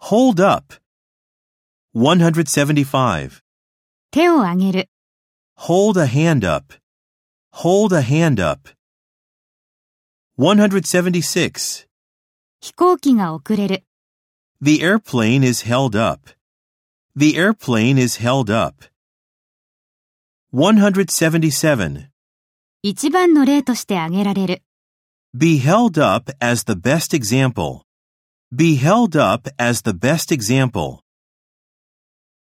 Hold up. 175. 手を挙げる、 Hold a hand up. Hold a hand up. 176. 飛行機が遅れる、 The airplane is held up. The airplane is held up. 177. 一番の例として挙げられる、 Be held up as the best example. Be held up as the best example.